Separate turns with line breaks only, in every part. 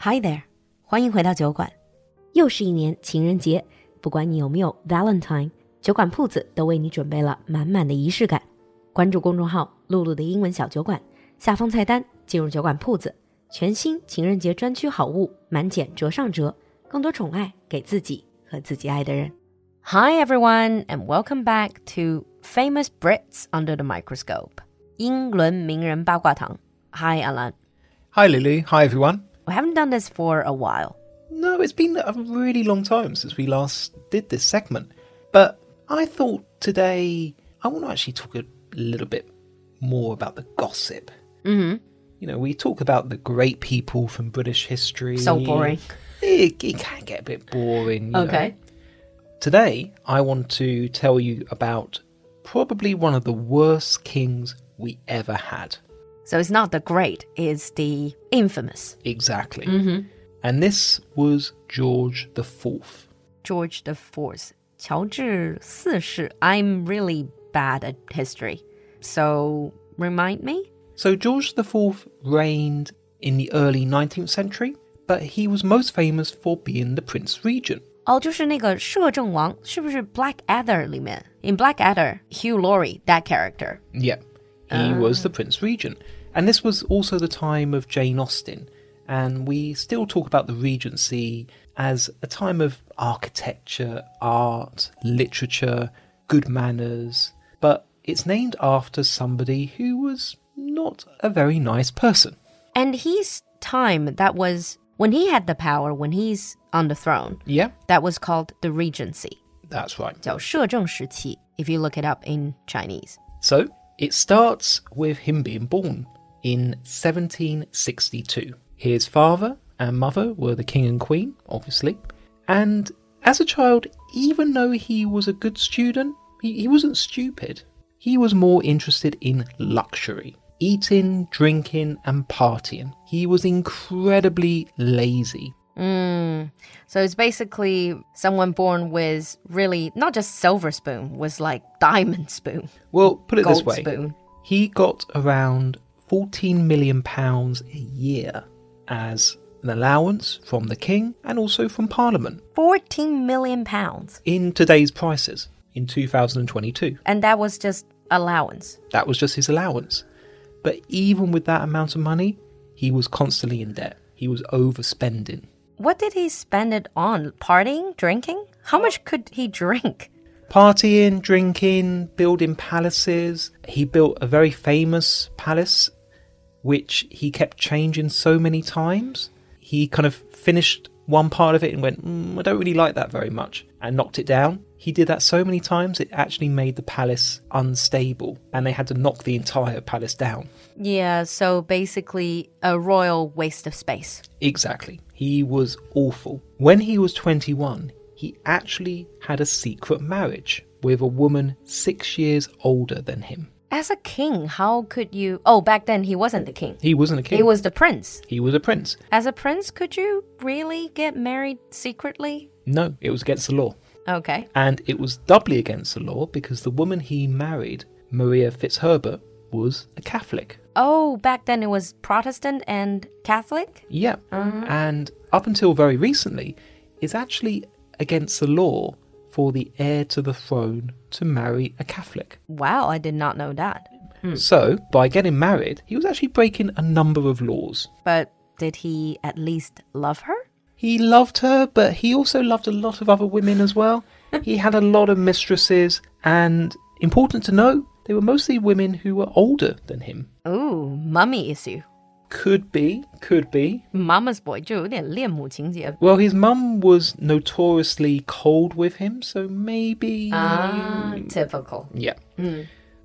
Hi there，欢迎回到酒馆。又是一年情人节，不管你有没有 Valentine，酒馆铺子都为你准备了满满的仪式感。关注公众号“露露的英文小酒馆”，下方菜单进入酒馆铺子，全新情人节专区好物满减折上折，更多宠爱给自己和自己爱的人。Hi everyone and welcome back to Famous Brits Under the Microscope，英伦名人八卦堂。Hi Alan。
Hi, Lulu. Hi, everyone.
We haven't done this for a while.
No, it's been a really long time since we last did this segment, but I thought today I want to actually talk a little bit more about the gossip.
Mhm.
You know, we talk about the great people from British history.
So boring.
It, it can get a bit boring. you know.
Okay.
Today, I want to tell you about probably one of the worst kings we ever had.
So it's not the great, it's the infamous Mm-hmm.
Exactly.
Mm.
And this was George the Fourth.
George the Fourth. 乔治四世. I'm really bad at history. So remind me?
So George IV reigned in the early 19th century, but he was most famous for being the Prince Regent.
Oh, 哦，就是那个摄政王，是不是 Blackadder 里面? In Blackadder, Hugh Laurie, that character.
Yeah, he was the Prince Regent. And this was also the time of Jane Austen, and we still talk about the Regency as a time of architecture, art, literature, good manners, but it's named after somebody who was not a very nice person.
And his time, that was when he had the power, when he's on the throne,
Yeah,
that was called the Regency.
that's right.
叫摄政时期, if you look it up in Chinese.
So it starts with him being born in 1762. His father and mother were the king and queen, obviously. And as a child, even though he was a good student, he, he wasn't stupid. He was more interested in luxury, eating, drinking, and partying. He was incredibly lazy.
Mm. So it's basically someone born with really not just silver spoon, was like diamond spoon,
Well, put it
gold
this way
spoon.
He got around 14 million pounds a year as an allowance from the king and also from parliament
14 million pounds.
in today's prices in 2022.
And that was just allowance.
That was just his allowance. But even with that amount of money, he was constantly in debt. He was overspending.
What did he spend it on? Partying? Drinking? How much could he drink?
Partying, drinking, building palaces. He built a very famous palace, which he kept changing so many times. He kind of finished one part of it and went, mm, I don't really like that very much, and knocked it down. He did that so many times, it actually made the palace unstable, and they had to knock the entire palace down.
Yeah, so basically a royal waste of space.
Exactly. He was awful. When he was 21, he actually had a secret marriage with a woman six years older than him.
As a king, how could you? Oh, back then he wasn't the king,
He wasn't a king.
he was the prince.
He was a prince.
As a prince, could you really get married secretly?
No, it was against the law.
Okay.
And it was doubly against the law because the woman he married, Maria Fitzherbert, was a Catholic.
Oh, back then it was Protestant and Catholic?
Yeah.
Uh-huh.
And up until very recently, it's actually against the law for the heir to the throne to marry a Catholic.
Wow, I did not know that.
So, by getting married, he was actually breaking a number of laws.
But did he at least love her?
He loved her, but he also loved a lot of other women as well. he had a lot of mistresses, and important to note, they were mostly women who were older than him.
Ooh, mummy issue.
Could be, could be.
Mama's boy 就有点恋母情节。
Well, his mum was notoriously cold with him, so maybe.
Ah, typical. Hmm.
Yeah.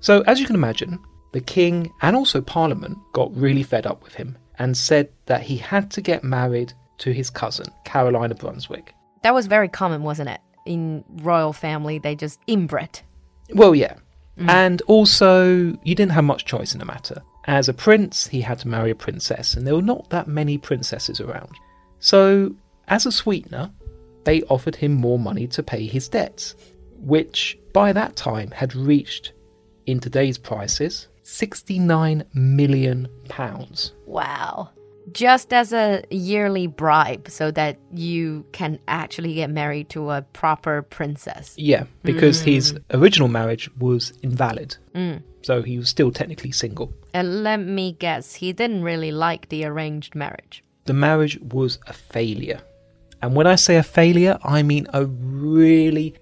So, as you can imagine, the king and also parliament got really fed up with him and said that he had to get married to his cousin, Caroline of Brunswick.
That was very common, wasn't it? In royal family, they just inbred.
Well, yeah. And also, you didn't have much choice in the matter. As a prince, he had to marry a princess, and there were not that many princesses around. So, as a sweetener, they offered him more money to pay his debts, which by that time had reached, in today's prices, £69 million.
Wow. just as a yearly bribe so that you can actually get married to a proper princess.
Yeah, because his original marriage was invalid. So he was still technically single.
And Uh, let me guess, he didn't really like the arranged marriage.
The marriage was a failure. And when I say a failure, I mean a really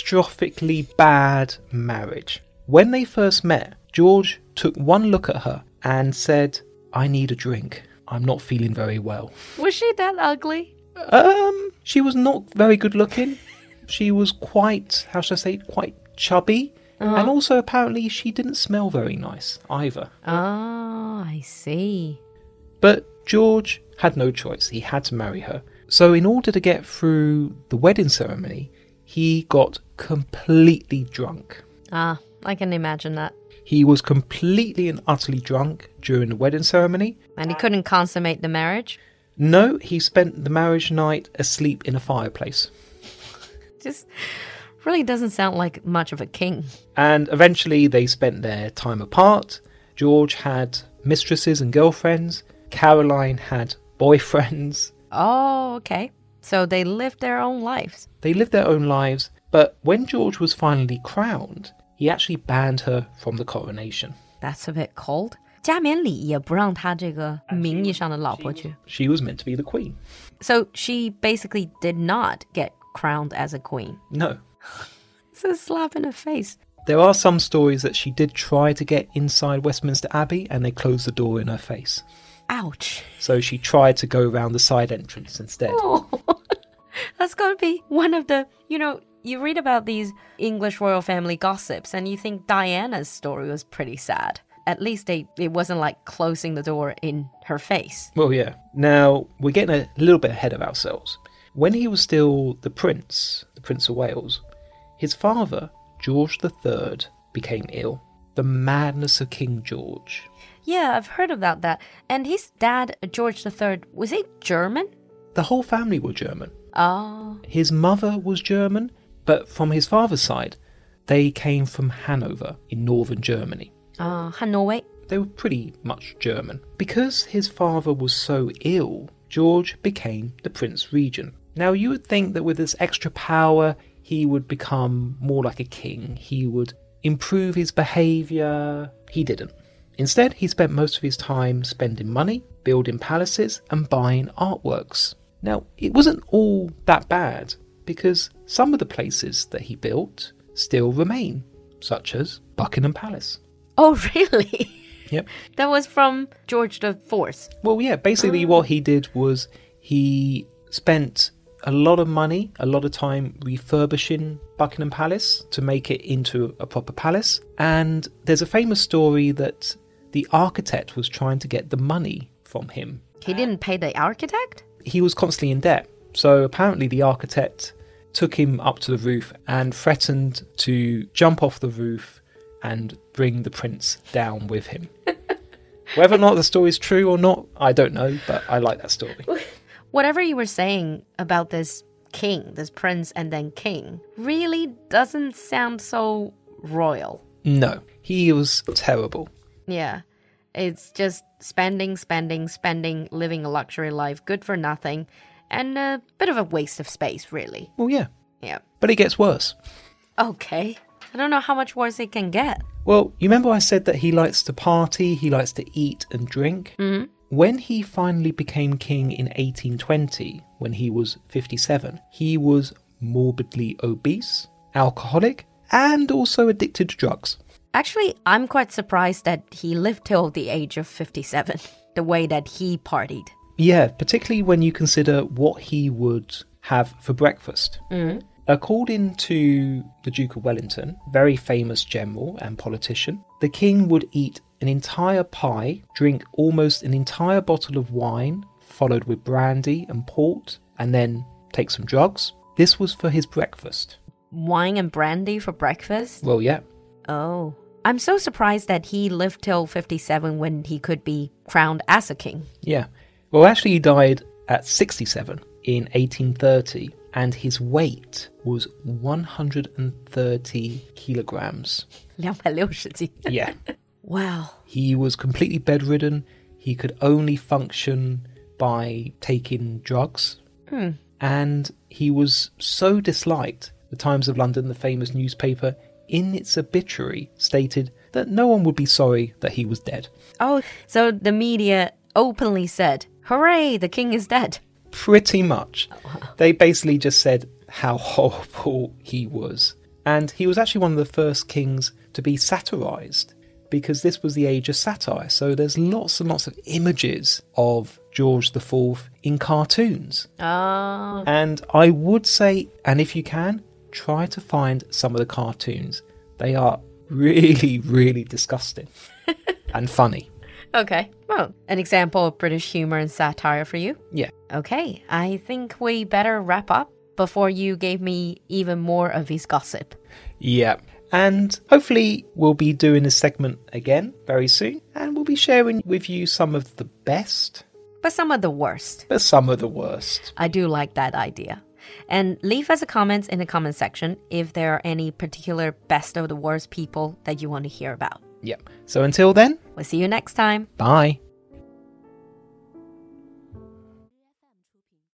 catastrophically bad marriage. When they first met, George took one look at her and said, I need a drink. I'm not feeling very well.
Was she that ugly?
Um, she was not very good looking. She was quite, how should I say, quite chubby. And also, apparently, she didn't smell very nice either.
Ah, I see.
But George had no choice. He had to marry her. So, in order to get through the wedding ceremony, he got completely drunk.
Ah, I can imagine that.
He was completely and utterly drunk during the wedding ceremony.
And he couldn't consummate the marriage.
No, he spent the marriage night asleep in a fireplace.
Just really doesn't sound like much of a king.
And eventually they spent their time apart. George had mistresses and girlfriends. Caroline had boyfriends.
Oh, okay. So they lived their own lives.
They lived their own lives, but when George was finally crowned, he actually banned her from the coronation.
That's a bit cold. Ah, 加冕礼也不让他这个名义上的老婆去。
She was meant to be the queen.
So she basically did not get crowned as a queen.
No.
It's a slap in the face.
There are some stories that she did try to get inside Westminster Abbey and they closed the door in her face.
Ouch.
So she tried to go round the side entrance instead.
Oh, that's got to be one of the, you know, you read about these English royal family gossips and you think Diana's story was pretty sad. At least they, it wasn't like closing the door in her face.
Well, yeah. Now, we're getting a little bit ahead of ourselves. When he was still the prince, the Prince of Wales, his father, George III, became ill. The madness of King George.
Yeah, I've heard about that. And his dad, George III, was he German?
The whole family were German.
Oh,
His mother was German, but from his father's side, they came from Hanover in northern Germany.
uh, Hanoi.
They were pretty much German. Because his father was so ill, George became the Prince Regent. Now, you would think that with this extra power, he would become more like a king. He would improve his behaviour. He didn't. Instead, he spent most of his time spending money, building palaces, and buying artworks. Now, it wasn't all that bad, because some of the places that he built still remain, such as Buckingham Palace.
Oh, really?
Yep.
that was from George the Fourth.
Well, yeah, basically what he did was he spent a lot of money, a lot of time refurbishing Buckingham Palace to make it into a proper palace. And there's a famous story that the architect was trying to get the money from him.
He didn't pay the architect?
He was constantly in debt. So apparently the architect took him up to the roof and threatened to jump off the roof and bring the prince down with him. Whether or not the story's true or not, I don't know, but I like that story.
Whatever you were saying about this king, this prince, and then king, really doesn't sound so royal.
No, he was terrible.
Yeah. It's just spending, spending, spending, living a luxury life, good for nothing, and a bit of a waste of space, really.
Well, yeah,
Yeah.
but it gets worse.
Okay. I don't know how much worse it can get.
Well, you remember I said that he likes to party, he likes to eat and drink? Mm. When he finally became king in 1820, when he was 57, he was morbidly obese, alcoholic, and also addicted to drugs.
Actually, I'm quite surprised that he lived till the age of 57, the way that he partied.
Yeah, particularly when you consider what he would have for breakfast. According to the Duke of Wellington, very famous general and politician, the king would eat an entire pie, drink almost an entire bottle of wine, followed with brandy and port, and then take some drugs. This was for his breakfast.
Wine and brandy for breakfast?
Well, yeah,
Oh. I'm so surprised that he lived till 57 when he could be crowned as a king.
yeah. Well, actually, he died at 67 in 1830, and his weight was 130 kilograms.
260斤.
Yeah.
Wow.
He was completely bedridden. He could only function by taking drugs. And he was so disliked. The Times of London, the famous newspaper, in its obituary stated that no one would be sorry that he was dead.
Oh, so the media openly said, Hooray, the king is dead.
Pretty much. They basically just said how horrible he was. And he was actually one of the first kings to be satirized because this was the age of satire. So there's lots and lots of images of George IV in cartoons.
Oh,
And I would say, and if you can, try to find some of the cartoons. They are really, really disgusting and funny.
okay. Well, an example of British humor and satire for you.
Yeah.
Okay, I think we better wrap up before you gave me even more of his gossip.
Yeah. And hopefully, we'll be doing this segment again very soon, and we'll be sharing with you some of the best,
But some of the worst.
but some of the worst.
I do like that idea. And leave us a comment in the comment section if there are any particular best or the worst people that you want to hear about.
Yeah. So until then,
We'll see you next time.
bye.